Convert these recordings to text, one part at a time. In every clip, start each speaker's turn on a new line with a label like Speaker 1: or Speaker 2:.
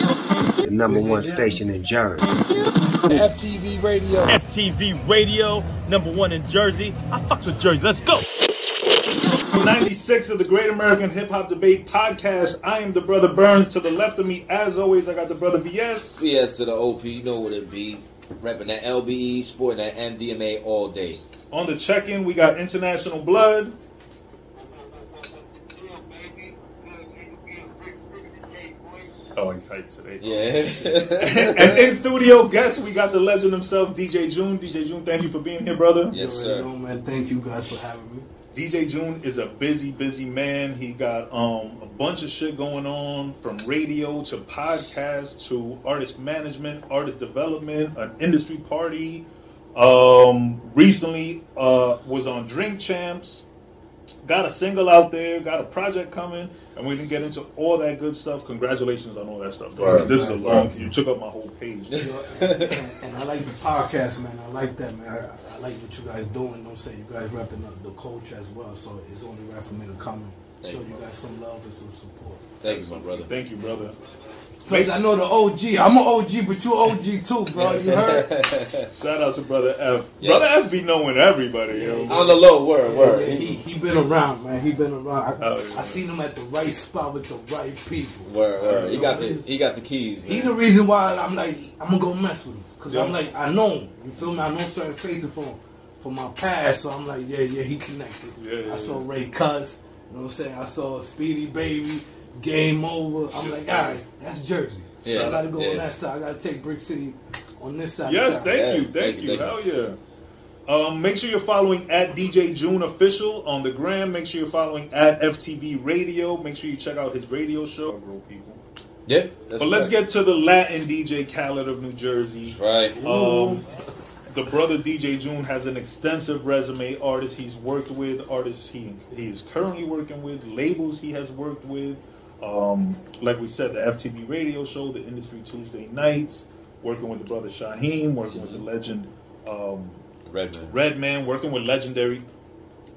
Speaker 1: the number one station in Jersey.
Speaker 2: FTV Radio.
Speaker 3: FTV Radio, number one in Jersey. I fucks with Jersey. Let's go.
Speaker 4: 96 of the Great American Hip Hop Debate Podcast. I am the brother Burns. To the left of me, as always, I got the brother VS.
Speaker 5: PS to the OP, you know what it be. Repping that LBE, sporting that MDMA all day.
Speaker 4: On the check in, we got International Blood. Oh, he's hyped today.
Speaker 5: Yeah.
Speaker 4: and in studio guests, we got the legend himself, DJ June. DJ June, thank you for being here, brother.
Speaker 5: yes,
Speaker 2: You
Speaker 5: sir.
Speaker 2: know, man, thank you guys for having me.
Speaker 4: DJ June is a busy, busy man. He got um, a bunch of shit going on from radio to podcast to artist management, artist development, an industry party. Um, recently uh, was on Drink Champs. Got a single out there, got a project coming, and we're gonna get into all that good stuff. Congratulations on all that stuff. dog.
Speaker 5: Right.
Speaker 4: This is a long. You took up my whole page.
Speaker 2: You know, and, and I like the podcast, man. I like that, man. I, I like what you guys doing. Don't say you guys wrapping up the culture as well. So it's only right for me to come and
Speaker 5: Thank
Speaker 2: show
Speaker 5: you,
Speaker 2: you guys some love and some support.
Speaker 5: Thank you, my brother.
Speaker 4: Thank you, brother.
Speaker 2: Cause I know the OG. I'm an OG, but you OG too, bro. You heard?
Speaker 4: Shout out to brother F.
Speaker 5: Yes.
Speaker 4: Brother F be knowing everybody. yo.
Speaker 5: On the low, word,
Speaker 2: Yeah,
Speaker 5: word.
Speaker 2: he he been around, man. He been around. I,
Speaker 4: Oh, yeah.
Speaker 2: I seen him at the right spot with the right people.
Speaker 5: Word, word. He got the he got the keys.
Speaker 2: He
Speaker 5: Man.
Speaker 2: the reason why I'm like I'm gonna go mess with him because I'm
Speaker 4: Yeah.
Speaker 2: like I know him. You feel me? I know certain faces from from my past, so I'm like yeah, yeah. He connected.
Speaker 4: Yeah, yeah,
Speaker 2: I saw
Speaker 4: yeah.
Speaker 2: Ray Cuss. You know what I'm saying? I saw Speedy Baby. Game over. I'm like all right, that's Jersey. So
Speaker 5: Yeah,
Speaker 2: I gotta go on
Speaker 5: yeah.
Speaker 2: that side. I gotta take Brick City on this side.
Speaker 4: Yes,
Speaker 2: of town.
Speaker 4: thank
Speaker 5: Yeah,
Speaker 4: you, thank,
Speaker 5: thank
Speaker 4: you,
Speaker 5: you, thank
Speaker 4: hell yeah. Um, make sure you're following at DJ June Official on the gram. Make sure you're following at FTV Radio. Make sure you check out his radio show.
Speaker 5: Yeah.
Speaker 4: But let's get to the Latin DJ Khaled of New Jersey.
Speaker 5: right.
Speaker 4: Um, the brother DJ June has an extensive resume. Artists he's worked with, artists he he is currently working with, labels he has worked with. Um, like we said, the FTV radio show, the Industry Tuesday nights, working with the brother Shaheem, working with the legend um,
Speaker 5: Redman.
Speaker 4: Redman, working with legendary,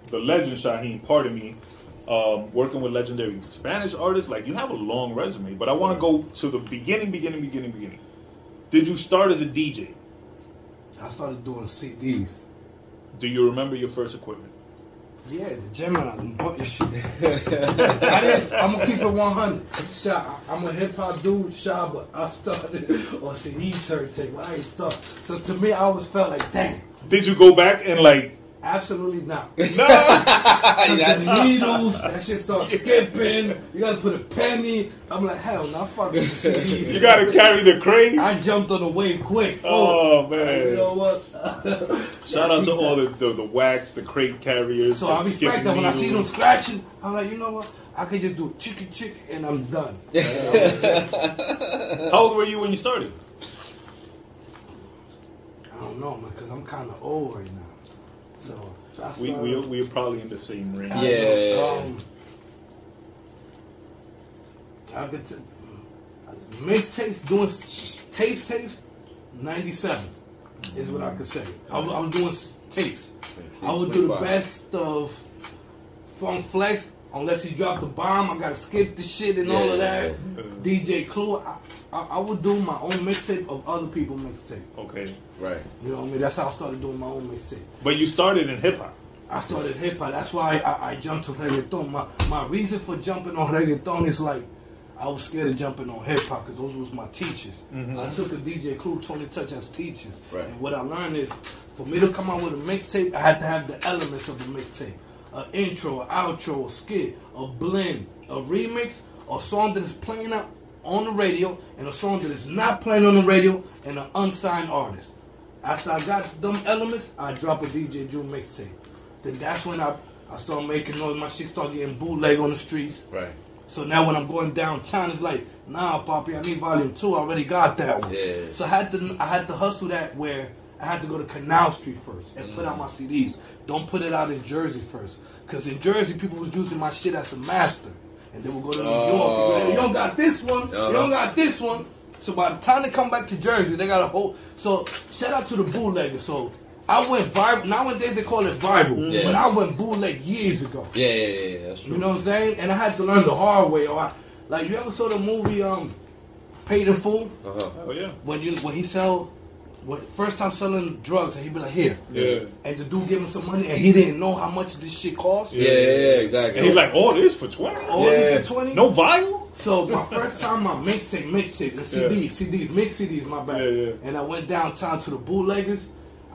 Speaker 4: the legend Shaheem. Pardon me. Um, working with legendary Spanish artists, like you have a long resume, but I want to go to the beginning, beginning, beginning, beginning. Did you start as a DJ?
Speaker 2: I started doing CDs.
Speaker 4: Do you remember your first equipment?
Speaker 2: Yeah, the Gemini, I'm putting shit. I just, I'm gonna keep it 100. Sha, I'm a hip hop dude, Sha, but I started on CD turntable. I ain't stuff. So to me, I always felt like, damn,
Speaker 4: Did you go back and like?
Speaker 2: absolutely not.
Speaker 4: No.
Speaker 2: The needles, that shit starts skipping. You gotta put a penny. I'm like, hell, no, fuck with the CDs.
Speaker 4: you gotta carry the crate.
Speaker 2: I jumped on the wave quick.
Speaker 4: Oh, man.
Speaker 2: You know what?
Speaker 4: Shout out to all the, the the wax, the crate carriers.
Speaker 2: So
Speaker 4: the
Speaker 2: I respect
Speaker 4: skipping
Speaker 2: that when I see them
Speaker 4: needles.
Speaker 2: scratching, I'm like, you know what? I could just do chicken chick and I'm done.
Speaker 4: How old were you when you started?
Speaker 2: I don't know, man, because I'm kind of old right now. So I
Speaker 4: We
Speaker 2: started-
Speaker 4: we we are probably in the same range.
Speaker 2: I
Speaker 5: Yeah.
Speaker 2: Um, I've been t- mixtapes doing s- tapes, tapes. Ninety-seven is what
Speaker 5: Mm.
Speaker 2: I could say. I was, I was doing s- tapes. I would do the
Speaker 5: 25.
Speaker 2: best of Funk Flex, unless he dropped the bomb. I gotta skip the shit and all of
Speaker 5: Yeah.
Speaker 2: that. DJ Clue. I, I, I would do my own mixtape of other people's mixtape.
Speaker 4: Okay,
Speaker 5: Right.
Speaker 2: You know what I mean? That's how I started doing my own mixtape.
Speaker 4: but you started in hip hop.
Speaker 2: I started hip hop. That's why I, I, I jumped to reggaeton. My my reason for jumping on reggaeton is like I was scared of jumping on hip hop because those was my teachers. I took a DJ Clue, Tony Touch as teachers.
Speaker 5: Right.
Speaker 2: And what I learned is for me to come out with a mixtape, I had to have the elements of a mixtape: an intro, an outro, a skit, a blend, a remix, a song that is playing out on the radio, and a song that is not playing on the radio, and an unsigned artist. After I got them elements, I drop a DJ June mixtape. Then that's when I, I start making noise. My shit start getting bootleg on the streets.
Speaker 5: Right.
Speaker 2: So now when I'm going downtown, it's like, nah, Poppy, I need volume two. I already got that one.
Speaker 5: Yeah.
Speaker 2: So I had to I had to hustle that where I had to go to Canal Street first and put out
Speaker 5: Mm.
Speaker 2: my CDs. Don't put it out in Jersey first, because in Jersey people was using my shit as a master, and they would go to New York. and be like, you don't got this one.
Speaker 5: No,
Speaker 2: you
Speaker 5: no.
Speaker 2: don't got this one. So by the time they come back to Jersey, they got a whole. So shout out to the bootleggers. So. I went viral. Nowadays they call it viral,
Speaker 5: Yeah.
Speaker 2: but I went bootleg years ago.
Speaker 5: Yeah, yeah, yeah, yeah. That's true.
Speaker 2: You know what I'm saying? And I had to learn the hard way. Or I, like you ever saw the movie um paid in full.
Speaker 5: Uh-huh.
Speaker 4: Oh yeah.
Speaker 2: When you when he sell, when first time selling drugs, and he be like, here,
Speaker 4: Yeah.
Speaker 2: and the dude gave him some money, and he didn't know how much this shit cost.
Speaker 5: Yeah, yeah, yeah, exactly.
Speaker 4: And he's like, oh, this for twenty.
Speaker 2: All
Speaker 4: Oh,
Speaker 2: this
Speaker 5: Yeah.
Speaker 2: for twenty.
Speaker 4: no vinyl.
Speaker 2: So my first time I mixtape, mixtape, and CDs, CDs, mix CDs, my bad.
Speaker 4: Yeah, yeah.
Speaker 2: And I went downtown to the bootleggers.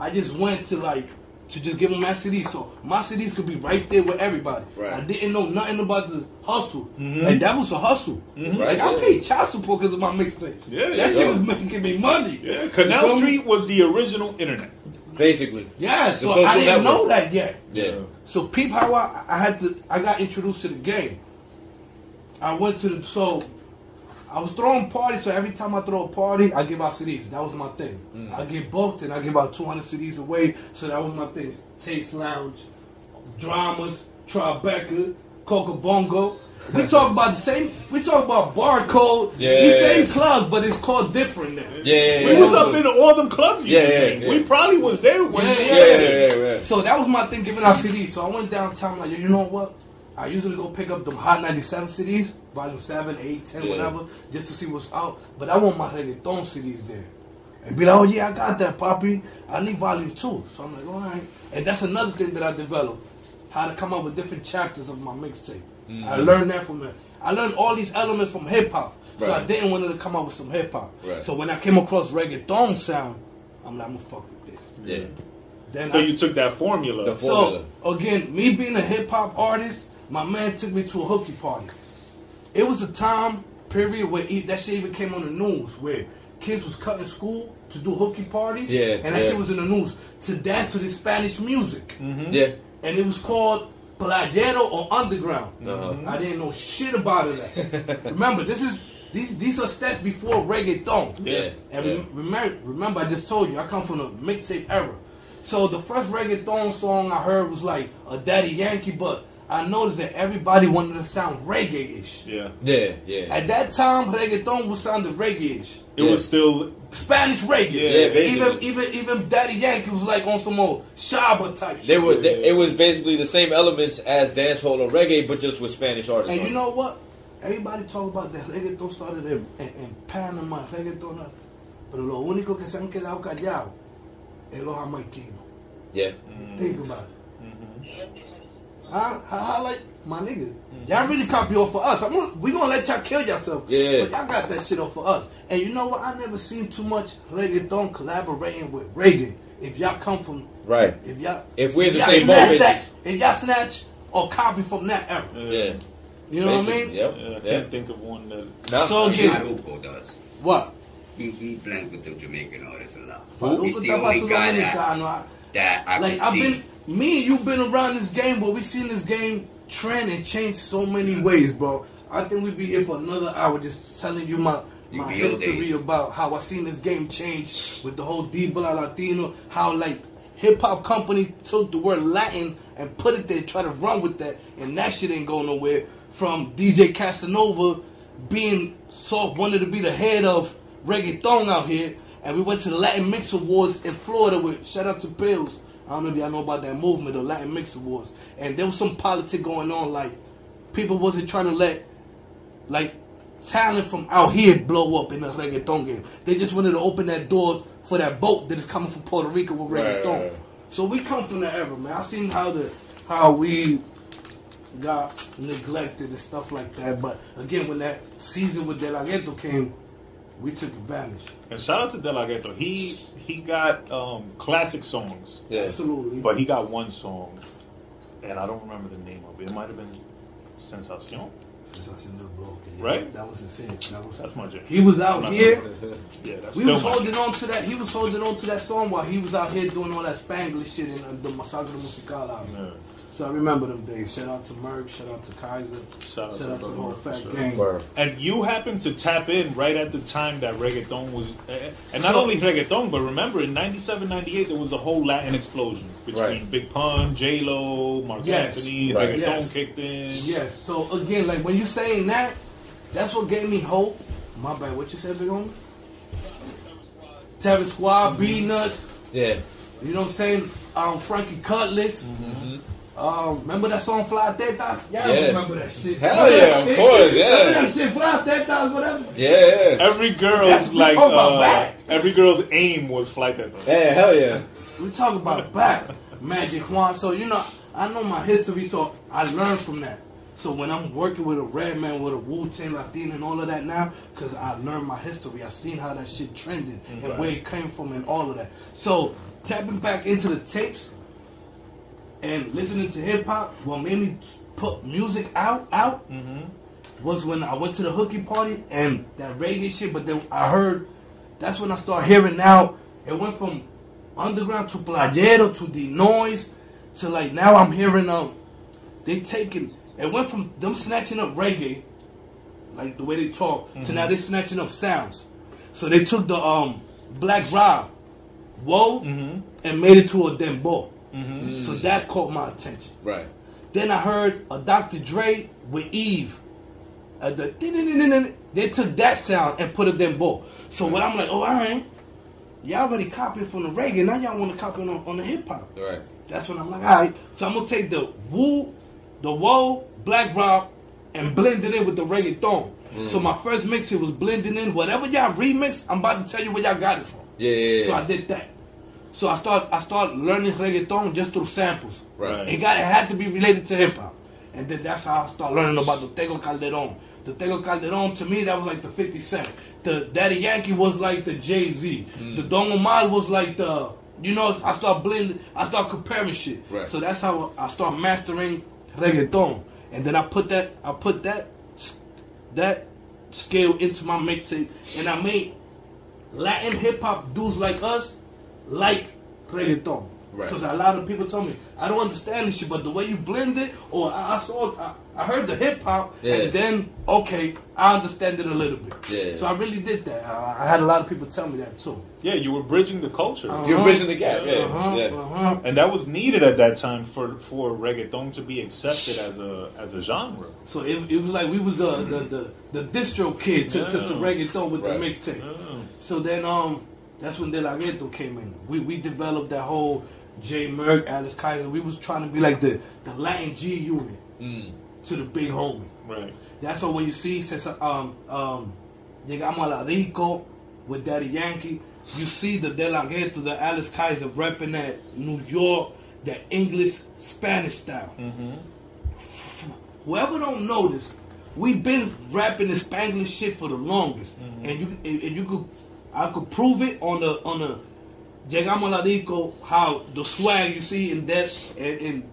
Speaker 2: I just went to like to just give them my CDs, so my CDs could be right there with everybody.
Speaker 5: Right.
Speaker 2: I didn't know nothing about the hustle. Like that was a hustle.
Speaker 5: Right,
Speaker 2: Like I
Speaker 5: yeah.
Speaker 2: paid child support because of my mixtapes.
Speaker 4: Yeah,
Speaker 2: that
Speaker 4: yeah.
Speaker 2: shit was making me money.
Speaker 4: Yeah.
Speaker 2: You
Speaker 4: Canal
Speaker 2: feel me?
Speaker 4: Street was the original internet.
Speaker 5: Basically.
Speaker 2: Yeah, so
Speaker 5: social
Speaker 2: I didn't
Speaker 5: network.
Speaker 2: know that yet.
Speaker 5: Yeah.
Speaker 2: So peep how I, I had to I got introduced to the game. I went to the so I was throwing parties, so every time I throw a party, I give out CDs. That was my thing. I get booked and I give out 200 CDs away, so that was my thing. Taste Lounge, Dramas, Tribeca, Coca Bongo. We talk about the same, we talk about barcode,
Speaker 5: Yeah.
Speaker 2: these same clubs, but it's called different now.
Speaker 5: Yeah, yeah, yeah.
Speaker 4: We was up in all them clubs. you
Speaker 5: Yeah, yeah,
Speaker 4: think.
Speaker 5: yeah.
Speaker 4: We probably was there when.
Speaker 2: Yeah,
Speaker 5: yeah, yeah, yeah, yeah.
Speaker 2: So that was my thing, giving out CDs. So I went downtown, like, you know what? I usually go pick up them Hot 97 CDs, volume 7, 8, 10,
Speaker 5: Yeah.
Speaker 2: whatever, just to see what's out. But I want my reggaeton CDs there. And be like, oh yeah, I got that, Poppy. I need volume 2. So I'm like, all right. And that's another thing that I developed how to come up with different chapters of my mixtape.
Speaker 5: Mm-hmm.
Speaker 2: I learned that from it. I learned all these elements from hip hop. So I
Speaker 5: Right.
Speaker 2: didn't want to come up with some hip hop.
Speaker 5: Right.
Speaker 2: So when I came across reggaeton sound, I'm like, I'm gonna fuck with this.
Speaker 5: Yeah.
Speaker 2: Then
Speaker 4: So
Speaker 2: I-
Speaker 4: you took that formula.
Speaker 5: The form-
Speaker 2: so again, me being a hip hop artist, my man took me to a hooky party. It was a time period where e that shit even came on the news where kids was cutting school to do hooky parties.
Speaker 5: Yeah,
Speaker 2: and that
Speaker 5: yeah.
Speaker 2: shit was in the news to dance to this Spanish music,
Speaker 5: Yeah.
Speaker 2: and it was called playero or underground.
Speaker 5: Uh-huh.
Speaker 2: I didn't know shit about it. Remember, this is these these are steps before reggaeton.
Speaker 5: Yeah.
Speaker 2: And
Speaker 5: yeah.
Speaker 2: rem- remember, remember, I just told you I come from the mixtape era. So the first reggaeton song I heard was like a Daddy Yankee, but I noticed that everybody wanted to sound reggae-ish.
Speaker 4: yeah.
Speaker 5: Yeah, yeah.
Speaker 2: At that time, reggaeton was sounding reggae-ish,
Speaker 4: It
Speaker 5: Yeah.
Speaker 4: was still.
Speaker 2: Spanish reggae.
Speaker 4: Yeah,
Speaker 5: basically.
Speaker 2: even even even Daddy Yankee was like on some old Shaba type.
Speaker 5: They
Speaker 2: shit.
Speaker 5: were. They, it was basically the same elements as dancehall and reggae, but just with Spanish artists.
Speaker 2: And you
Speaker 5: on it.
Speaker 2: know what? Everybody talk about that reggaeton started en, en, en Panama, reggaeton, pero lo único que se han quedado callados es los jamaiquinos.
Speaker 5: Yeah.
Speaker 2: Think about it. Huh? How, how like my nigga?
Speaker 5: Mm-hmm.
Speaker 2: Y'all really copy off for us. I'm gonna, we gonna let y'all kill yourself.
Speaker 5: Yeah.
Speaker 2: But y'all got that shit off for us. And you know what? I never seen too much reggaeton collaborating with reggae. If y'all come from
Speaker 5: Right.
Speaker 2: if y'all
Speaker 5: If we're the
Speaker 2: y'all
Speaker 5: same
Speaker 2: snatch
Speaker 5: boat,
Speaker 2: that, if y'all snatch or copy from that era.
Speaker 5: Yeah.
Speaker 2: You know what I
Speaker 5: Basically,
Speaker 2: mean?
Speaker 5: Yep.
Speaker 4: Yeah, uh, I can't
Speaker 5: Yeah.
Speaker 4: think of one that.
Speaker 5: Nah.
Speaker 2: So
Speaker 6: Not
Speaker 2: again,
Speaker 6: Ugo does.
Speaker 2: what?
Speaker 6: He, he blends with the Jamaican artists a lot.
Speaker 2: Faruko
Speaker 6: He's the only
Speaker 2: Tabasu
Speaker 6: guy that,
Speaker 2: Dominicano, I-
Speaker 6: that I
Speaker 2: Like
Speaker 6: can
Speaker 2: I've
Speaker 6: see.
Speaker 2: been, me and you been around this game, but we seen this game trend and change so many
Speaker 6: Mm-hmm.
Speaker 2: ways, bro. I think we'd be here for another hour just telling you my my
Speaker 6: Real
Speaker 2: history
Speaker 6: days.
Speaker 2: about how I seen this game change with the whole D Block Latino, how like hip hop company took the word Latin and put it there, try to run with that, and that shit ain't go nowhere. From DJ Casanova being so wanted to be the head of reggaeton out here, and we went to the Latin Mix Awards in Florida with shout out to Bills. I don't know if y'all know about that movement, the Latin Mix Awards, and there was some politics going on, like people wasn't trying to let like talent from out here blow up in the reggaeton game. They just wanted to open that door for that boat that is coming from Puerto Rico with
Speaker 5: Right,
Speaker 2: reggaeton.
Speaker 5: right, right.
Speaker 2: So we come from that era, man. I seen how the how we got neglected and stuff like that. But again, when that season with De La Ghetto came, we took advantage.
Speaker 4: And shout out to De La Ghetto. He he got um, classic songs,
Speaker 5: Yeah.
Speaker 2: Absolutely.
Speaker 4: but he got one song, and I don't remember the name of it. It might have been Sensacion.
Speaker 2: That's how Cinderella broke it, yeah.
Speaker 4: Right?
Speaker 2: That was his hit. That was
Speaker 4: That's my jam.
Speaker 2: He was out
Speaker 4: Not
Speaker 2: here.
Speaker 4: Yeah, that's
Speaker 2: We
Speaker 4: still
Speaker 2: was
Speaker 4: my
Speaker 2: holding on to that. He was holding on to that song while he was out here doing all that Spanglish shit in uh, the Masacre Musical out
Speaker 4: jam.
Speaker 2: here.
Speaker 4: Yeah.
Speaker 2: So I remember them days. Shout out to Merck. Shout out to Kaiser.
Speaker 4: Shout out to
Speaker 2: the
Speaker 4: Merck,
Speaker 2: whole Fat
Speaker 4: sure.
Speaker 2: Gang.
Speaker 5: Word.
Speaker 4: And you happened to tap in right at the time that reggaeton was, eh, and not
Speaker 2: So-
Speaker 4: only reggaeton, but remember in 97, 98, there was the whole Latin explosion between
Speaker 5: Right.
Speaker 4: Big Pun, J Lo, Mark
Speaker 2: Yes.
Speaker 4: Anthony,
Speaker 5: Right.
Speaker 4: reggaeton
Speaker 2: Yes.
Speaker 4: kicked in.
Speaker 2: Yes. So again, like when you saying that, that's what gave me hope. My bad. What you said, Big Homie? Terror
Speaker 4: Mm-hmm.
Speaker 2: Squad, B Nuts.
Speaker 5: Yeah.
Speaker 4: Mm-hmm.
Speaker 2: You know what I'm saying? Um, Frankie Cutlass. Um, remember that song Fly Tetas? Y'all
Speaker 5: Yeah.
Speaker 2: remember that shit.
Speaker 5: Hell yeah, of course, yeah.
Speaker 2: Remember that shit, Fly Tetas, whatever.
Speaker 5: Yeah.
Speaker 4: Every girl's
Speaker 2: That's- we
Speaker 4: like,
Speaker 2: talking about
Speaker 4: uh,
Speaker 2: back.
Speaker 4: every girl's aim was flight that night.
Speaker 5: Yeah, hell yeah.
Speaker 2: We talk about back Magic Juan. So you know, I know my history, so I learned from that. So when I'm working with a red man, with a Wu Tang Latino, and all of that now, because I learned my history, I seen how that shit trended and where it came from and all of that. So tapping back into the tapes and listening to hip hop, what made me put music out out was when I went to the hooky party and that reggae shit. But then I heard that's when I started hearing now. It went from underground to playero to the noise to like now I'm hearing um they taking it went from them snatching up reggae like the way they talk to now they snatching up sounds. So they took the um black rob whoa and made it to a dembo. So that caught my attention.
Speaker 5: Right.
Speaker 2: Then I heard a Dr. Dre with Eve. Uh, the ding-ding-ding-ding-ding. they took that sound and put it in both. So what I'm like, oh, all right, y'all already copied from the reggae. Now y'all want to copy on, on the hip hop.
Speaker 5: Right.
Speaker 2: That's when I'm like, all right. So I'm gonna take the woo, the whoa, black rock, and blend it in with the reggaeton.
Speaker 5: Mm.
Speaker 2: So my first mix, it was blending in whatever y'all remix. I'm about to tell you where y'all got it from.
Speaker 5: Yeah, yeah, yeah.
Speaker 2: So I did that. So I start I start learning reggaeton just through samples.
Speaker 5: Right.
Speaker 2: It got it had to be related to hip hop. And then that's how I started learning about the Tego Calderon. The Tego Calderon to me that was like the 50 Cent. The Daddy Yankee was like the Jay Z. The Don Omar was like the you know I start blending I start comparing shit.
Speaker 5: Right.
Speaker 2: So that's how I start mastering reggaeton. And then I put that I put that s- that scale into my mixtape and I made Latin hip hop dudes like us like reggaeton.
Speaker 5: Right.
Speaker 2: Because a lot of people tell me, I don't understand this shit, but the way you blend it, or I, I saw, I, I heard the hip hop,
Speaker 5: Yeah.
Speaker 2: and then, okay, I understand it a little bit.
Speaker 5: Yeah.
Speaker 2: So I really did that. I, I had a lot of people tell me that too.
Speaker 4: Yeah, you were bridging the culture.
Speaker 2: Uh-huh.
Speaker 5: You're bridging the gap. Yeah.
Speaker 2: Uh-huh,
Speaker 5: yeah.
Speaker 2: uh-huh.
Speaker 4: And that was needed at that time for, for reggaeton to be accepted as a as a genre.
Speaker 2: So it, it was like we was the, the, the, the distro kid to, to some
Speaker 4: Yeah.
Speaker 2: reggaeton with
Speaker 5: Right.
Speaker 2: the mixtape.
Speaker 4: Yeah.
Speaker 2: So then, um, that's when De La Ghetto came in. We we developed that whole J Merck, Alice Kaiser. We was trying to be like the the Latin G unit
Speaker 4: Mm.
Speaker 2: to the big homie.
Speaker 4: Right.
Speaker 2: That's why when you see since um um llegamos a la disco with Daddy Yankee, you see the De La Ghetto, the Alice Kaiser repping that New York, that English Spanish style. Whoever don't notice, we've been rapping this Spanglish shit for the longest, and you and, and you could I could prove it on the on the llegamos a la disco how the swag you see in that in, in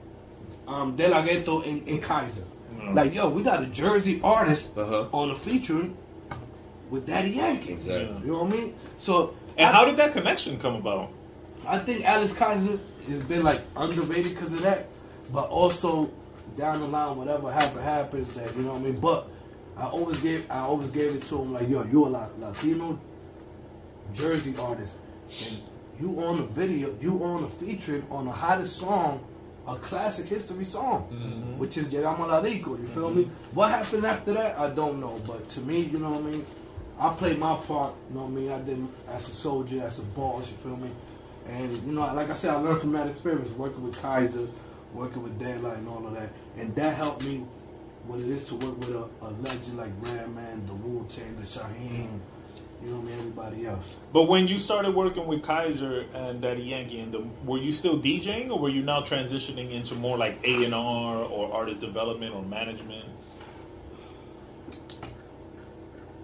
Speaker 2: um, De La Ghetto and, and Kaiser. Like, yo, we got a Jersey artist
Speaker 5: Uh-huh.
Speaker 2: on a featuring with Daddy Yankee.
Speaker 5: Exactly.
Speaker 2: You know what I mean? So,
Speaker 4: And
Speaker 2: I,
Speaker 4: how did that connection come about?
Speaker 2: I think Alice Kaiser has been like underrated because of that, but also down the line, whatever happened happens. Like, you know what I mean? But I always gave I always gave it to him like, yo, you a La- Latino Jersey artist, and you on a video, you on a featuring on the hottest song, a classic history song, which is Llegamos a la Disco. You feel me? What happened after that? I don't know, but to me, you know what I mean. I played my part. You know what I mean. I did as a soldier, as a boss. You feel me? And you know, like I said, I learned from that experience working with Kaiser, working with Deadline, and all of that, and that helped me. What it is to work with a, a legend like Redman, the Wu Tang, the Shaheen, you know what I mean, everybody else.
Speaker 4: But when you started working with Kaiser and Daddy Yankee, and them, were you still DJing, or were you now transitioning into more like A and R or artist development or management,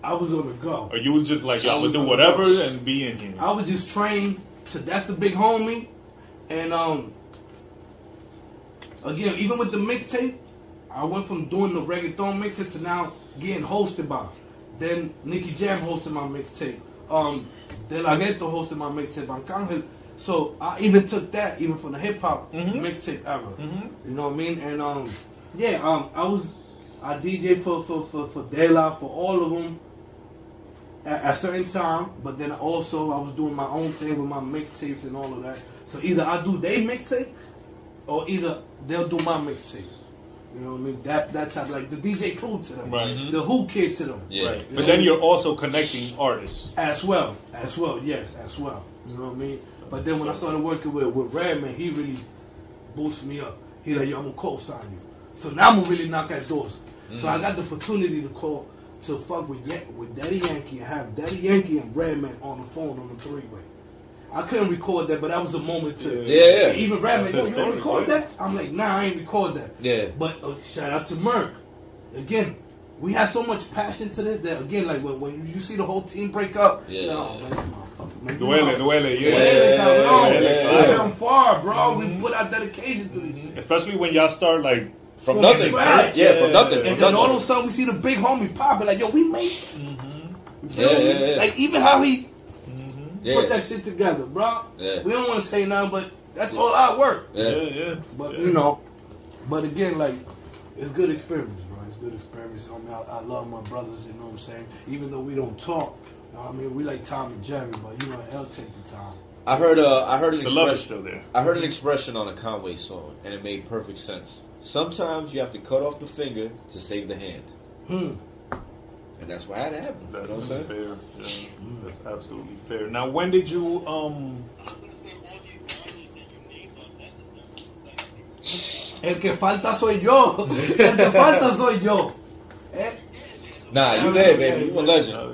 Speaker 2: I was on the go.
Speaker 4: or you was just like,
Speaker 2: I
Speaker 4: "Yo, I would
Speaker 2: was
Speaker 4: do
Speaker 2: on the
Speaker 4: whatever
Speaker 2: road.
Speaker 4: and be in here"?
Speaker 2: I was just trained to that's the big homie. And um again, even with the mixtape, I went from doing the reggaeton mixtape to now getting hosted by. Then Nicky Jam hosted my mixtape. Um De La Ghetto hosted my mixtape on Kangel. So I even took that even from the hip hop mixtape era. You know what I mean? And um yeah, um I was I DJ for for for, for De La for all of them at at a certain time, but then also I was doing my own thing with my mixtapes and all of that. So either I do they mixtape, or either they'll do my mixtape. You know what I mean? That that type, like the DJ Cool to them,
Speaker 4: Right.
Speaker 2: the Who Kid to them,
Speaker 5: Yeah.
Speaker 4: Right. But then you're also connecting artists.
Speaker 2: as well, as well, yes, as well. You know what I mean? But then when I started working with with Redman, he really boosted me up. He like, yo, I'm gonna co-sign you. So now I'm gonna really knock at doors. So
Speaker 5: Mm.
Speaker 2: I got the opportunity to call to fuck with Yan- with Daddy Yankee and have Daddy Yankee and Redman on the phone on the three way. I couldn't record that, but that was a moment to
Speaker 5: Yeah. Yeah.
Speaker 2: even Redman, yo,
Speaker 4: That's
Speaker 2: you don't
Speaker 4: his
Speaker 2: record
Speaker 4: favorite.
Speaker 2: that? I'm like, nah, I ain't record that.
Speaker 5: Yeah.
Speaker 2: But uh, shout out to Merck. Again, we had so much passion to this that again, like when, when you see the whole team break up,
Speaker 5: Yeah.
Speaker 2: no, man, motherfucker, man, you
Speaker 4: Duele,
Speaker 2: lost.
Speaker 4: duele, yeah.
Speaker 2: Duele,
Speaker 5: Yeah,
Speaker 2: cabrón.
Speaker 5: yeah,
Speaker 2: We
Speaker 5: yeah. Mm-hmm.
Speaker 2: come far, bro. We put our dedication to this shit.
Speaker 4: Especially when y'all start like
Speaker 5: From
Speaker 2: From
Speaker 5: nothing.
Speaker 2: scratch.
Speaker 5: Yeah, from nothing. From
Speaker 2: And then all of a
Speaker 5: nothing.
Speaker 2: sudden, we see the big homie popping like, yo, we made it. You feel
Speaker 5: Mm-hmm. Yeah,
Speaker 2: me?
Speaker 5: yeah, yeah.
Speaker 2: Like even how he put
Speaker 5: Yeah.
Speaker 2: that shit together, bro.
Speaker 5: Yeah.
Speaker 2: We don't want to say nothing, but that's all our work.
Speaker 5: Yeah.
Speaker 4: yeah.
Speaker 2: But you know, but again, like it's good experience, bro. It's good experience. I mean, I, I love my brothers. You know what I'm saying? Even though we don't talk, you know what I mean, we like Tom and Jerry, but you know, L take the time.
Speaker 5: I heard uh, I heard an
Speaker 4: The love is
Speaker 5: expression.
Speaker 4: still there.
Speaker 5: I heard an expression on a Conway song, and it made perfect sense. Sometimes you have to cut off the finger to save the hand,
Speaker 2: Hmm.
Speaker 5: and that's what had to happen. You know what I'm
Speaker 4: That's
Speaker 5: saying?
Speaker 4: fair. Yeah. That's absolutely fair. Now, when did you um?
Speaker 2: El que falta soy yo. El que falta soy yo. Eh?
Speaker 5: Nah, you there, baby. You a legend.
Speaker 4: Uh,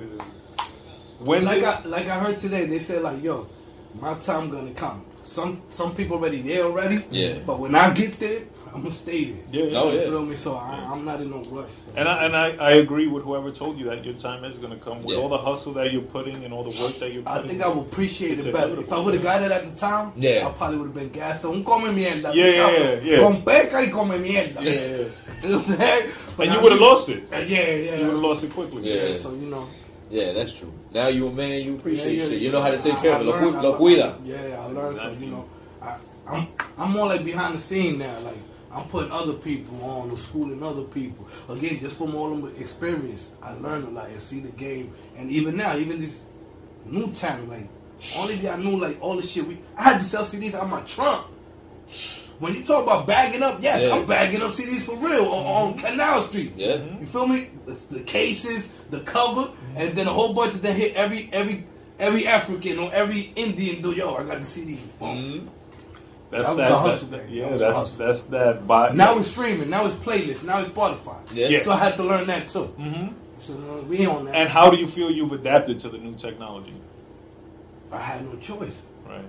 Speaker 4: When
Speaker 2: Like
Speaker 4: did,
Speaker 2: I like I heard today, they said like, yo, my time gonna come. Some some people already there already.
Speaker 5: Yeah.
Speaker 2: But when I get there, I'm gonna stay there.
Speaker 4: yeah, yeah.
Speaker 5: Oh,
Speaker 2: You
Speaker 5: yeah.
Speaker 2: feel me? So I, I'm not in no rush.
Speaker 4: And I and I, I agree with whoever told you that your time is going to come with
Speaker 5: Yeah.
Speaker 4: all the hustle that you're putting and all the work that you're
Speaker 2: I
Speaker 4: putting.
Speaker 2: think I would appreciate
Speaker 4: It's
Speaker 2: it
Speaker 4: a
Speaker 2: better.
Speaker 4: beautiful
Speaker 2: If I would have got it at the time,
Speaker 5: Yeah.
Speaker 2: I probably would have been gassed. Un come mierda.
Speaker 4: Yeah, yeah,
Speaker 2: picado.
Speaker 4: yeah.
Speaker 2: Con peca y come mierda.
Speaker 4: Yeah, yeah, yeah.
Speaker 2: You know what I'm saying? But
Speaker 4: and you
Speaker 2: I
Speaker 4: would have
Speaker 2: mean-
Speaker 4: lost it.
Speaker 2: Yeah, yeah.
Speaker 4: You would have lost it quickly.
Speaker 5: Yeah.
Speaker 2: Yeah, So, you know.
Speaker 5: Yeah, that's true. Now you a man, you appreciate
Speaker 2: Yeah, yeah,
Speaker 5: shit. You
Speaker 2: yeah.
Speaker 5: know how to take
Speaker 2: I-
Speaker 5: care
Speaker 2: I
Speaker 5: of it. La
Speaker 2: learned-
Speaker 5: cu-
Speaker 2: I
Speaker 5: La
Speaker 2: learned-
Speaker 5: cuida.
Speaker 2: Yeah, yeah, I learned. So, you know, I, I'm, I'm more like behind the scene now. Like, I'm putting other people on, I'm schooling other people. Again, just from all of my experience, I learned a lot and see the game. And even now, even this new talent, like, only if I knew, like, all the shit we. I had to sell CDs out my trunk. When you talk about bagging up, yes,
Speaker 5: Yeah.
Speaker 2: I'm bagging up CDs for real on, on Canal Street.
Speaker 5: Yeah.
Speaker 2: You feel me? The, the cases, the cover, and then a whole bunch of them hit every every every African or every Indian do yo, I got the CD. Boom.
Speaker 5: Mhm.
Speaker 4: That's
Speaker 2: That was a hustle,
Speaker 4: that's-
Speaker 2: man.
Speaker 4: yeah,
Speaker 2: That was a
Speaker 4: that's
Speaker 2: hustle.
Speaker 4: that's that. Body.
Speaker 2: Now it's streaming, now it's playlist, now it's Spotify.
Speaker 5: Yeah.
Speaker 4: Yeah.
Speaker 2: So I had to learn that too.
Speaker 4: Mhm.
Speaker 2: So uh, we on that.
Speaker 4: And how do you feel you've adapted to the new technology?
Speaker 2: I had no choice.
Speaker 4: Right.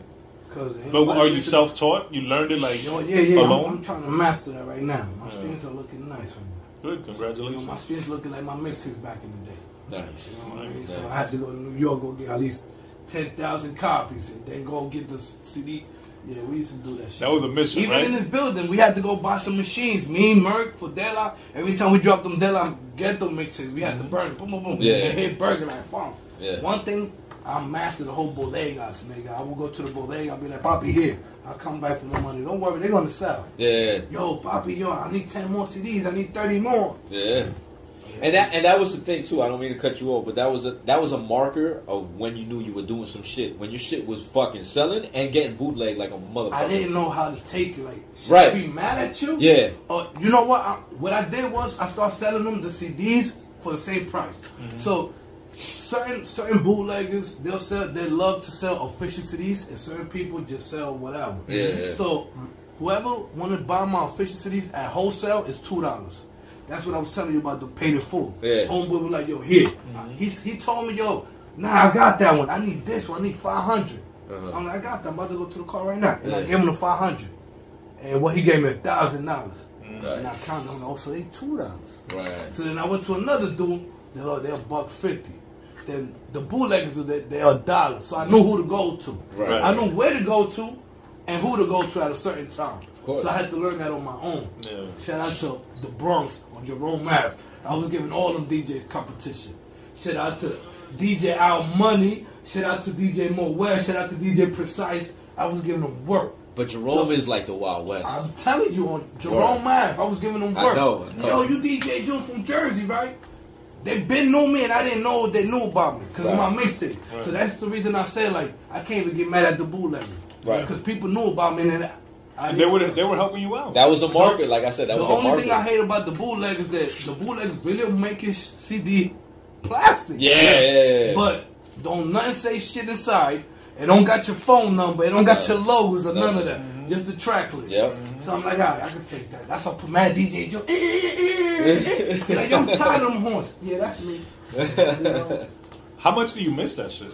Speaker 2: Cause ain't
Speaker 4: But
Speaker 2: nobody
Speaker 4: are you
Speaker 2: listen-
Speaker 4: self-taught? You learned it like
Speaker 2: Yo, yeah, yeah. I'm-
Speaker 4: alone.
Speaker 2: I'm, trying to master that right now. My
Speaker 4: Yeah.
Speaker 2: streams are looking nice right now.
Speaker 4: Good.
Speaker 2: You know,
Speaker 4: Congratulations.
Speaker 2: my streams looking like my mixes back in the day.
Speaker 5: Nice.
Speaker 2: You know what I mean?
Speaker 5: Nice.
Speaker 2: So I had to go to New York, go get at least 10,000 copies, and then go get the CD. Yeah, we used to do that shit.
Speaker 4: That was a mission,
Speaker 2: Even
Speaker 4: right?
Speaker 2: in this building, we had to go buy some machines. Me, Merck, Fadela. Every time we dropped them Dela ghetto mixes, we had to burn them. Boom, boom, boom.
Speaker 5: Mm-hmm. Yeah.
Speaker 2: And hit Burger Like Farm.
Speaker 5: Yeah.
Speaker 2: One thing, I mastered the whole bodegas, nigga. I will go to the bodega, I'll be like, Poppy, here. I'll come back for my money. Don't worry, they're going to sell.
Speaker 5: Yeah.
Speaker 2: Yo, Poppy, yo, I need 10 more CDs. I need 30 more.
Speaker 5: Yeah. And that and that was the thing too. I don't mean to cut you off, but that was a that was a marker of when you knew you were doing some shit. When your shit was fucking selling and getting bootlegged like a motherfucker.
Speaker 2: I didn't know how to take it. Like, should
Speaker 5: Right.
Speaker 2: I be mad at you?
Speaker 5: Yeah.
Speaker 2: Or you know what? I, what I did was I started selling them the CDs for the same price.
Speaker 5: Mm-hmm.
Speaker 2: So certain certain bootleggers they'll sell they love to sell official CDs, and certain people just sell whatever.
Speaker 5: Yeah.
Speaker 2: So whoever wanted to buy my official CDs at wholesale is two dollars. That's what I was telling you about the paid in full.
Speaker 5: Yeah. Mm-hmm.
Speaker 2: Homeboy was like, yo, here. He, he told me, yo, nah, I got that one. I need this one. I need 500.
Speaker 5: Uh-huh.
Speaker 2: I'm like, I got that. I'm about to go to the car right now. And I
Speaker 5: Yeah.
Speaker 2: gave him the 500. And what he gave me, a $1,000. And I
Speaker 5: Nice.
Speaker 2: counted on also they $2.
Speaker 5: Right.
Speaker 2: So then I went to another dude, they're, they're a buck 50. Then the bootleggers, they, they're a dollar. So I knew who to go to.
Speaker 5: Right.
Speaker 2: I knew where to go to and who to go to at a certain time.
Speaker 5: course.
Speaker 2: So I had to learn that on my own.
Speaker 4: Yeah.
Speaker 2: Shout out to the Bronx on Jerome Ave. I was giving all them DJs competition. Shout out to DJ Al Money. Shout out to DJ Mo West. Shout out to DJ Precise. I was giving them work.
Speaker 5: But Jerome is like the Wild West.
Speaker 2: I'm telling you, on Jerome Ave, I was giving them
Speaker 5: I
Speaker 2: work.
Speaker 5: know, I know.
Speaker 2: Yo, you DJ June from Jersey, right? They been knew me and I didn't know what they knew about me because
Speaker 5: Right.
Speaker 2: of my mixtape. So that's the reason I said, like, I can't even get mad at the bootleggers.
Speaker 5: Right.
Speaker 2: Because people knew about me and I
Speaker 4: They
Speaker 2: didn't-
Speaker 4: were they were helping you out.
Speaker 5: that was a marker, like I said. That
Speaker 2: the
Speaker 5: was a
Speaker 2: only
Speaker 5: marker.
Speaker 2: thing I hate about the bootleggers that the bootleggers really make your sh- CD plastic.
Speaker 5: yeah, yeah, yeah, yeah.
Speaker 2: But don't nothing say shit inside. It don't got your phone number. It don't got
Speaker 5: No.
Speaker 2: your logos or none
Speaker 5: No.
Speaker 2: of that.
Speaker 4: Mm-hmm.
Speaker 2: Just the track list.
Speaker 5: Yep.
Speaker 2: So I'm like, all right, I can take that. That's why mad DJ Joe. Eh, He's eh, like, yo, I'm tired of them horns. Yeah, that's me. You know?
Speaker 4: How much do you miss that shit?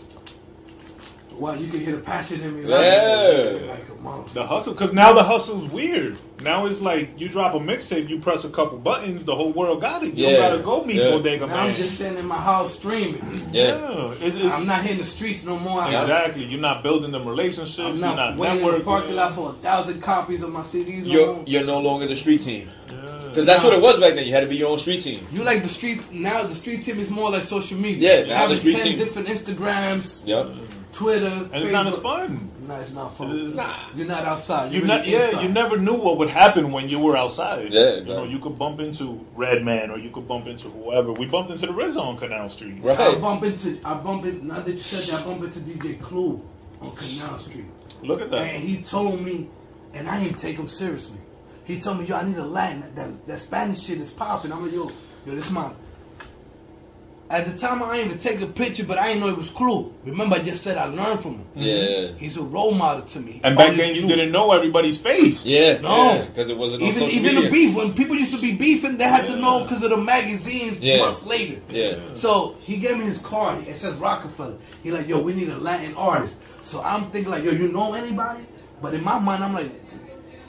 Speaker 2: Wow, you can hear the passion in me.
Speaker 5: Yeah.
Speaker 2: Like a monster.
Speaker 4: The hustle, because now the hustle's weird. Now it's like you drop a mixtape, you press a couple buttons, the whole world got it. You
Speaker 5: Yeah.
Speaker 4: don't gotta go meet
Speaker 5: Yeah.
Speaker 4: Bodega
Speaker 2: Now I'm
Speaker 4: Man.
Speaker 2: just sitting in my house streaming.
Speaker 4: yeah,
Speaker 5: Yeah.
Speaker 4: It's, it's,
Speaker 2: I'm not hitting the streets no more. I'm not-
Speaker 4: exactly. You're not building them relationships.
Speaker 2: I'm
Speaker 4: you're
Speaker 2: not
Speaker 4: not
Speaker 2: waiting in the
Speaker 4: networking.
Speaker 2: parking lot for a thousand copies of my CDs. no
Speaker 5: You're
Speaker 2: more.
Speaker 5: you're no longer the street team
Speaker 4: Yeah.
Speaker 5: because that's what it was back then. You had to be your own street team.
Speaker 2: You like the street now? The street team is more like social media.
Speaker 5: Yeah,
Speaker 2: you
Speaker 5: now
Speaker 2: have
Speaker 5: the street
Speaker 2: ten
Speaker 5: team-
Speaker 2: different Instagrams,
Speaker 5: Yep.
Speaker 2: Twitter,
Speaker 4: and it's
Speaker 2: Facebook.
Speaker 4: not as fun.
Speaker 2: No, it's not fun.
Speaker 4: It is not.
Speaker 2: You're not outside.
Speaker 4: You
Speaker 2: You're
Speaker 4: ne- yeah, you never knew what would happen when you were outside. you
Speaker 5: Yeah,
Speaker 4: know,
Speaker 5: exactly.
Speaker 4: you could bump into Redman or you could bump into whoever. We bumped into the Rizzo on Canal Street.
Speaker 5: Right.
Speaker 2: I bump into. I bump into. Now that you said that, I bump into DJ Clue on Canal Street,
Speaker 4: Look at
Speaker 2: and
Speaker 4: that.
Speaker 2: he told me, and I didn't take him seriously. He told me, "Yo, I need a Latin. That that Spanish shit is popping." I'm like, "Yo, yo, this my." At the time, I didn't even take a picture, but I didn't know it was Clue. Remember, I just said I learned from him.
Speaker 5: Yeah.
Speaker 2: He's a role model to me.
Speaker 4: And back
Speaker 2: Only
Speaker 4: then you didn't know everybody's face.
Speaker 5: Yeah.
Speaker 2: No.
Speaker 5: Because it wasn't on
Speaker 2: Even
Speaker 5: social
Speaker 2: even
Speaker 5: media.
Speaker 2: the beef when people used to be beefing, they had to know because of the magazines
Speaker 5: Yeah.
Speaker 2: months later.
Speaker 5: Yeah.
Speaker 2: So he gave me his card. It says Rockefeller. He like, yo, we need a Latin artist. So I'm thinking like, yo, you know anybody? But in my mind, I'm like,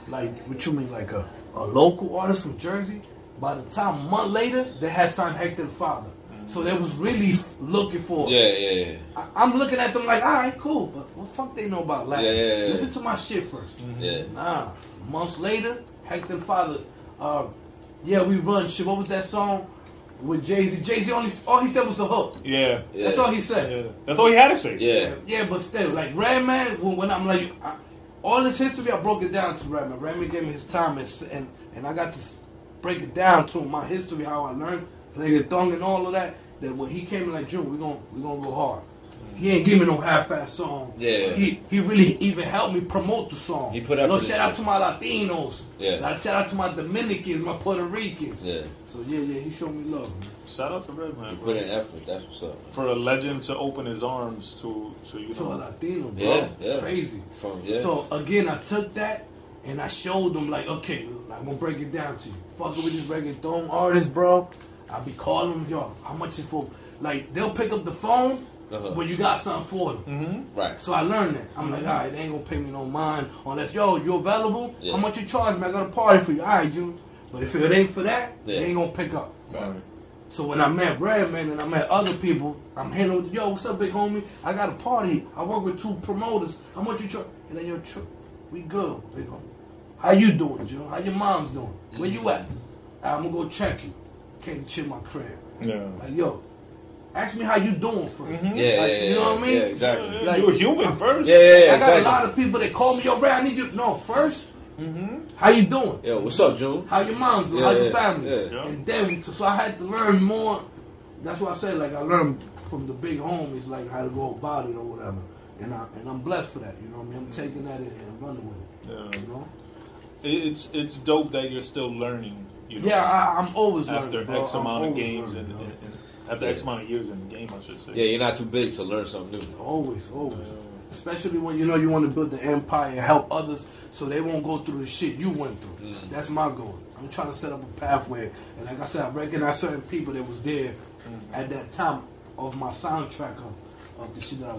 Speaker 2: like what you mean, like a, a local artist from Jersey? By the time month later, they had signed Hector the Father. So they was really looking for
Speaker 5: Yeah. Yeah. Yeah.
Speaker 2: I, I'm looking at them like, all right, cool, but what the fuck they know about Latin?
Speaker 5: Yeah, yeah, yeah. Mm-hmm.
Speaker 2: Listen to my shit 1st
Speaker 5: Yeah.
Speaker 2: Nah. Ah, Months later, Hector Father, uh, yeah, we run shit. What was that song with Jay Z? Jay Z only all he said was a hook.
Speaker 4: Yeah.
Speaker 5: Yeah.
Speaker 2: That's all he said.
Speaker 4: Yeah. That's all he had to say.
Speaker 5: Yeah.
Speaker 2: Yeah, but still, like Redman, when, when I'm like, I, all this history, I broke it down to Redman. Redman gave me his time, and s- and, and I got to s- break it down to him, my history, how I learned reggaeton and all of that. That when he came in like June, we gon' we gonna go hard. He ain't give me no half-ass song.
Speaker 5: Yeah.
Speaker 2: He he really even helped me promote the song.
Speaker 5: He put up
Speaker 2: No
Speaker 5: for this
Speaker 2: shout out
Speaker 5: shit.
Speaker 2: to my Latinos.
Speaker 5: Yeah.
Speaker 2: Like, shout out to my Dominicans, my Puerto Ricans.
Speaker 5: Yeah.
Speaker 2: So yeah, yeah, he showed me love. man.
Speaker 4: Shout out to Redman.
Speaker 5: You put in
Speaker 4: bro.
Speaker 5: effort. That's what's up.
Speaker 4: For a legend to open his arms to to you
Speaker 2: To a
Speaker 4: know.
Speaker 2: Latino, bro.
Speaker 5: Yeah, yeah.
Speaker 2: Crazy.
Speaker 5: From yeah.
Speaker 2: So again, I took that and I showed them like, okay, like, I'm gonna break it down to you. Fucking with these reggaeton artists, bro. I be calling them, yo, how much is for? Like they'll pick up the phone
Speaker 5: Uh-huh.
Speaker 2: when you got something for them.
Speaker 5: right.
Speaker 2: So I learned that. I'm like, all right, they ain't gonna pay me no mind unless yo, you available?
Speaker 5: Yeah.
Speaker 2: How much you charge me? I got a party for you. All right, you. But if it ain't for that,
Speaker 5: Yeah.
Speaker 2: they ain't gonna pick up.
Speaker 5: Right.
Speaker 2: So when I met Redman and I met other people, I'm hitting with, yo, what's up, big homie? I got a party. I work with two promoters. How much you charge? And then yo, tr- we good, big homie. How you doing, Joe? How your mom's doing? Where you at? I'm gonna go check you. Came to chill my crib.
Speaker 4: Yeah.
Speaker 2: Like yo, ask me how you doing 1st
Speaker 5: Yeah,
Speaker 2: Like,
Speaker 5: yeah, yeah,
Speaker 2: you know what I mean?
Speaker 5: Yeah, exactly.
Speaker 4: Yeah,
Speaker 2: Like-
Speaker 4: Mm-hmm. You're human first.
Speaker 5: Yeah, yeah, yeah,
Speaker 2: I got
Speaker 5: exactly.
Speaker 2: a lot of people that call me, yo, Red, I need you. No, 1st
Speaker 4: Mm-hmm.
Speaker 2: how you doing?
Speaker 5: Yo, what's up, June?
Speaker 2: How your mom's doing?
Speaker 5: Yeah,
Speaker 2: How's your
Speaker 5: yeah,
Speaker 2: family?
Speaker 5: yeah.
Speaker 2: And then, so I had to learn more. That's why I said, like, I learned from the big homies, like, how to go about it or whatever. And, I, and I'm blessed for that, you know what I mean? I'm taking that in and running with it,
Speaker 4: Yeah.
Speaker 2: you know?
Speaker 4: It- It's it's dope that you're still learning. You know,
Speaker 2: Yeah, I, I'm always
Speaker 4: after
Speaker 2: learning, bro.
Speaker 4: X
Speaker 2: I'm
Speaker 4: amount of
Speaker 2: always
Speaker 4: games
Speaker 2: learning,
Speaker 4: and,
Speaker 2: you know?
Speaker 4: and, and after X
Speaker 5: Yeah.
Speaker 4: amount of years in the game, I should say.
Speaker 5: Yeah, you're not too big to learn something new.
Speaker 2: Always, always.
Speaker 4: Yeah.
Speaker 2: Especially when you know you want to build the empire and help others so they won't go through the shit you went through.
Speaker 4: Mm.
Speaker 2: That's my goal. I'm trying to set up a pathway. And like I said, I recognize certain people that was there
Speaker 4: Mm-hmm.
Speaker 2: at that time of my soundtrack of, of the shit that I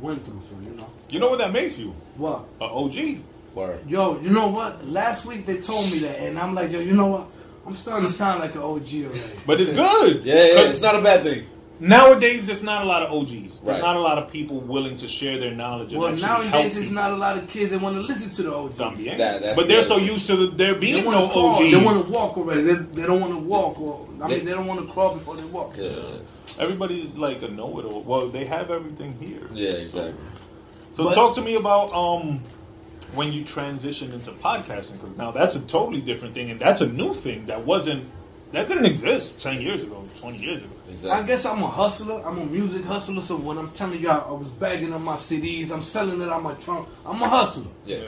Speaker 2: went through. So, you know.
Speaker 4: You know what that makes you?
Speaker 2: Well,
Speaker 4: A OG.
Speaker 5: Word.
Speaker 2: yo, you know what? Last week they told me that. And I'm like, yo, you know what? I'm starting to sound like an OG already.
Speaker 4: But it's good.
Speaker 5: Yeah, yeah,
Speaker 4: 'Cause
Speaker 5: it's not a bad thing.
Speaker 4: Nowadays, there's not a lot of OGs. There's
Speaker 5: Right.
Speaker 4: not a lot of people willing to share their knowledge. And
Speaker 2: well,
Speaker 4: actually help
Speaker 2: nowadays, there's
Speaker 4: people.
Speaker 2: not a lot of kids that want to listen to the OGs.
Speaker 4: También.
Speaker 5: That- that's
Speaker 4: but they're
Speaker 5: the-
Speaker 4: so used to the, there
Speaker 2: They
Speaker 4: being
Speaker 2: want
Speaker 4: no
Speaker 2: to crawl.
Speaker 4: OGs.
Speaker 2: They want to walk already. They, they don't want to walk. Or I
Speaker 5: They-
Speaker 2: mean, they don't want to crawl before they walk.
Speaker 5: Yeah,
Speaker 4: Everybody's like a know-it-all. Well, they have everything here.
Speaker 5: yeah, exactly.
Speaker 4: So
Speaker 2: But-
Speaker 4: talk to me about um when you transitioned into podcasting because now that's a totally different thing and that's a new thing that wasn't that didn't exist ten years ago, twenty years ago.
Speaker 2: I
Speaker 5: Exactly.
Speaker 2: guess I'm a hustler. I'm a music hustler. So when I'm telling y'all, I was bagging up my CDs. I'm selling it on my trunk. I'm a hustler.
Speaker 5: Yeah.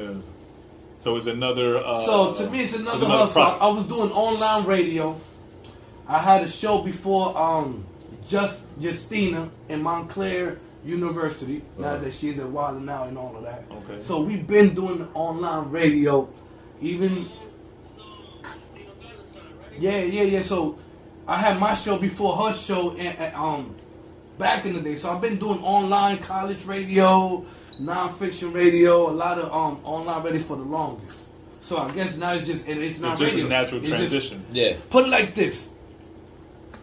Speaker 4: So it's another. Uh,
Speaker 2: So to me, it's another,
Speaker 4: another
Speaker 2: hustle. I,
Speaker 4: product.
Speaker 2: I was doing online radio. I had a show before um, Just Justina in Montclair, University. Now that she's at Wilder now and all of that.
Speaker 4: Uh-huh. Okay.
Speaker 2: So we've been doing online radio, even. Yeah, yeah, yeah. So I had my show before her show, and, and, um, back in the day. So I've been doing online college radio, nonfiction radio, a lot of um online radio for the longest. So I guess now it's just it, it's not
Speaker 4: It's just a
Speaker 2: radio.
Speaker 4: natural
Speaker 2: It's just-
Speaker 4: transition.
Speaker 5: Yeah.
Speaker 2: Put it like this.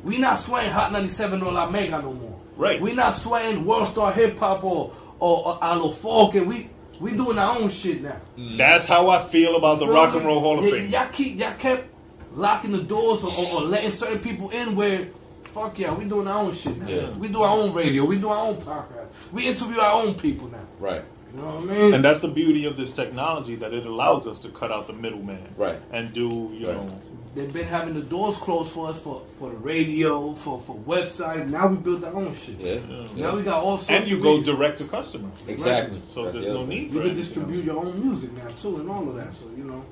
Speaker 2: We not swaying Hot 97 or La Mega no more.
Speaker 4: Right.
Speaker 2: We not swaying World Star Hip Hop or or, or a lo folk. and We we doing our own shit now.
Speaker 4: That's how I feel about the
Speaker 2: Feel
Speaker 4: Rock
Speaker 2: me?
Speaker 4: and Roll Hall of
Speaker 2: Y-
Speaker 4: Fame.
Speaker 2: Y'all keep y'all kept locking the doors or, or, or letting certain people in where fuck yeah, we doing our own shit now.
Speaker 5: Yeah.
Speaker 2: We do our own radio. We do our own podcast. We interview our own people now.
Speaker 5: Right.
Speaker 2: You know what I mean?
Speaker 4: And that's the beauty of this technology that it allows us to cut out the middleman.
Speaker 5: Right.
Speaker 4: And do, you
Speaker 5: Right.
Speaker 4: know,
Speaker 2: They've been having the doors closed for us for, for the radio, for, for website. Now we build our own shit.
Speaker 5: Yeah.
Speaker 2: Now we got all sorts
Speaker 4: and you
Speaker 2: of
Speaker 4: go
Speaker 2: media.
Speaker 4: direct to customer.
Speaker 5: Exactly.
Speaker 4: So
Speaker 5: That's
Speaker 4: there's
Speaker 5: the other
Speaker 4: no
Speaker 5: thing.
Speaker 4: need for
Speaker 2: You can
Speaker 4: anything
Speaker 2: distribute
Speaker 4: else.
Speaker 2: your own music now too, and all of that. So you know,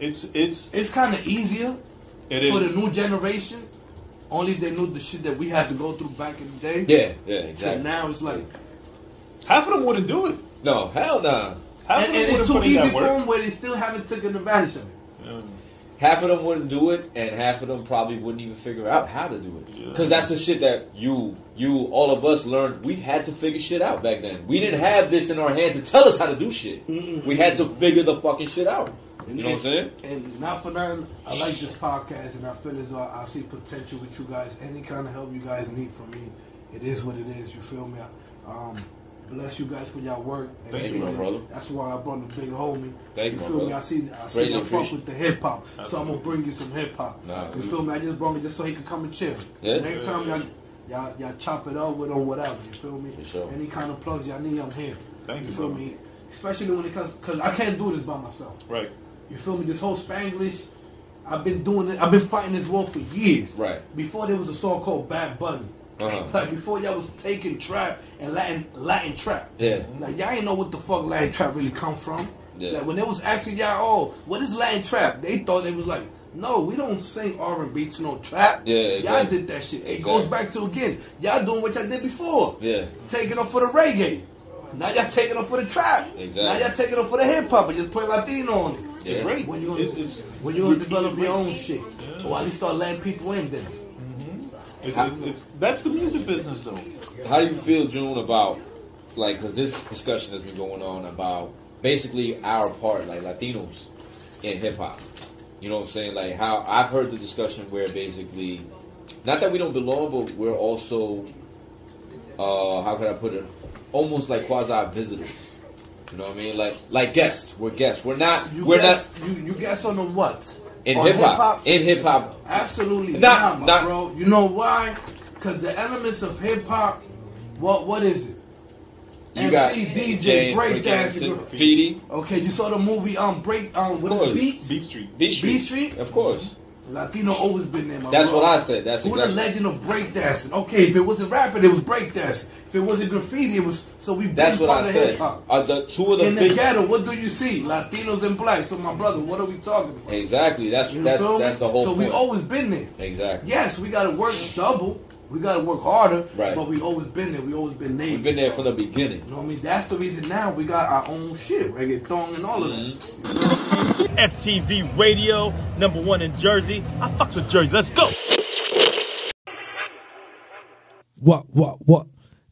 Speaker 4: It's, it's,
Speaker 2: it's kind of easier
Speaker 4: it
Speaker 2: for the
Speaker 4: is.
Speaker 2: new generation. Only if they knew the shit that we had to go through back in the day.
Speaker 5: Yeah. Yeah.
Speaker 2: So
Speaker 5: Exactly.
Speaker 2: now it's like,
Speaker 4: Half of them wouldn't do it.
Speaker 5: No. Hell nah.
Speaker 4: Half
Speaker 2: and, and
Speaker 4: of them
Speaker 2: it's
Speaker 4: wouldn't
Speaker 2: too
Speaker 4: put in
Speaker 2: easy
Speaker 4: that
Speaker 2: for
Speaker 4: work.
Speaker 2: them where they still haven't taken advantage of it.
Speaker 5: Half of them wouldn't do it, and half of them probably wouldn't even figure out how to do it.
Speaker 4: Yeah.
Speaker 5: Because that's the shit that you, you, all of us learned. We had to figure shit out back then. We didn't have this in our hands to tell us how to do shit. We had to figure the fucking shit out.
Speaker 2: And-
Speaker 5: You know what I'm saying?
Speaker 2: and- And not for nothing, I like this podcast, and I feel as though I see potential with you guys. Any kind of help you guys need from me, it is what it is. You feel me? Um, bless you guys for your work. and
Speaker 5: Thank you, my
Speaker 2: everything.
Speaker 5: brother.
Speaker 2: That's why I brought the big homie.
Speaker 5: Thank you, my
Speaker 2: feel me?
Speaker 5: brother.
Speaker 2: I see, I see
Speaker 5: Greatly
Speaker 2: the fuck
Speaker 5: appreciate-
Speaker 2: with the hip hop, so I'm gonna
Speaker 4: Absolutely.
Speaker 2: bring you some hip hop.
Speaker 5: Nah,
Speaker 2: you
Speaker 5: we-
Speaker 2: feel me? I just brought me just so he could come and chill.
Speaker 5: Yeah.
Speaker 2: Next time y'all, y'all, y'all chop it up with him, whatever. You feel me?
Speaker 5: For sure.
Speaker 2: Any kind of plugs y'all need, I'm here.
Speaker 4: Thank you,
Speaker 2: feel
Speaker 4: brother.
Speaker 2: me? Especially when it comes, cause I can't do this by myself.
Speaker 4: Right.
Speaker 2: You feel me? This whole Spanglish, I've been doing it. I've been fighting this war for years.
Speaker 5: Right.
Speaker 2: Before there was a song called Bad Bunny.
Speaker 5: Uh-huh.
Speaker 2: Like before y'all was taking trap and Latin Latin trap.
Speaker 5: Yeah.
Speaker 2: Like y'all ain't know what the fuck Latin trap really come from.
Speaker 5: Yeah.
Speaker 2: Like when they was asking y'all, oh, what is Latin trap? They thought they was like, no, we don't sing R and B to no trap.
Speaker 5: Yeah,
Speaker 2: Y'all
Speaker 5: exactly.
Speaker 2: did that shit. It
Speaker 5: Exactly.
Speaker 2: goes back to again, y'all doing what y'all did before.
Speaker 5: Yeah.
Speaker 2: Taking up for the reggae. Now y'all taking up for the trap.
Speaker 5: Exactly.
Speaker 2: Now y'all taking up for the hip hop and just put Latino on it.
Speaker 5: Yeah.
Speaker 4: Right.
Speaker 2: When you gonna,
Speaker 4: It's- it's-
Speaker 2: when you gonna develop your own shit, or at least start letting people in then.
Speaker 4: It's, it's, it's, that's the music business, though.
Speaker 5: How do you feel, June, about like because this discussion has been going on about basically our part, like Latinos in hip hop. You know what I'm saying? Like how I've heard the discussion where basically, not that we don't belong, but we're also, uh, how could I put it, almost like quasi visitors. You know what I mean? Like like guests. We're guests. We're not.
Speaker 2: You
Speaker 5: we're
Speaker 2: guess,
Speaker 5: not
Speaker 2: You, you guess on the what?
Speaker 5: in
Speaker 2: On
Speaker 5: hip hop.
Speaker 2: hip-hop?
Speaker 5: In hip hop.
Speaker 2: Absolutely
Speaker 5: Nah,
Speaker 2: not, my
Speaker 5: nah.
Speaker 2: bro. You know why? Because the elements of hip hop. What what is it?
Speaker 5: You
Speaker 2: MC,
Speaker 5: got
Speaker 2: DJ, breakdancing,
Speaker 5: graffiti,
Speaker 2: Okay, you saw the movie um break um what
Speaker 5: course.
Speaker 2: is it, Beats?
Speaker 4: Beat Street.
Speaker 5: Beat Street.
Speaker 2: B Street?
Speaker 5: Of course.
Speaker 2: Latino always been there. My
Speaker 5: That's
Speaker 2: bro.
Speaker 5: what I said. That's
Speaker 2: Who
Speaker 5: exactly.
Speaker 2: the legend of breakdancing? Okay, if it wasn't rapping, it was breakdancing. If it wasn't graffiti, it was so we.
Speaker 5: That's
Speaker 2: been
Speaker 5: what
Speaker 2: part
Speaker 5: I
Speaker 2: of
Speaker 5: said.
Speaker 2: hip-hop.
Speaker 5: Are the two of the
Speaker 2: In the
Speaker 5: big
Speaker 2: ghetto, what do you see? Latinos and blacks. So, my brother, what are we talking about?
Speaker 5: Exactly. That's
Speaker 2: You
Speaker 5: that's
Speaker 2: feel me?
Speaker 5: that's the whole
Speaker 2: So
Speaker 5: point.
Speaker 2: we always been there.
Speaker 5: exactly.
Speaker 2: Yes, we gotta work double. We gotta work harder.
Speaker 5: Right.
Speaker 2: But we always been there. We always been there.
Speaker 5: We've been there from the beginning.
Speaker 2: You know what I mean? That's the reason now we got our own shit, reggaeton and all of
Speaker 5: Mm-hmm.
Speaker 2: that.
Speaker 3: FTV Radio, number one in Jersey. I fucks with Jersey. Let's go.
Speaker 7: What, what, what?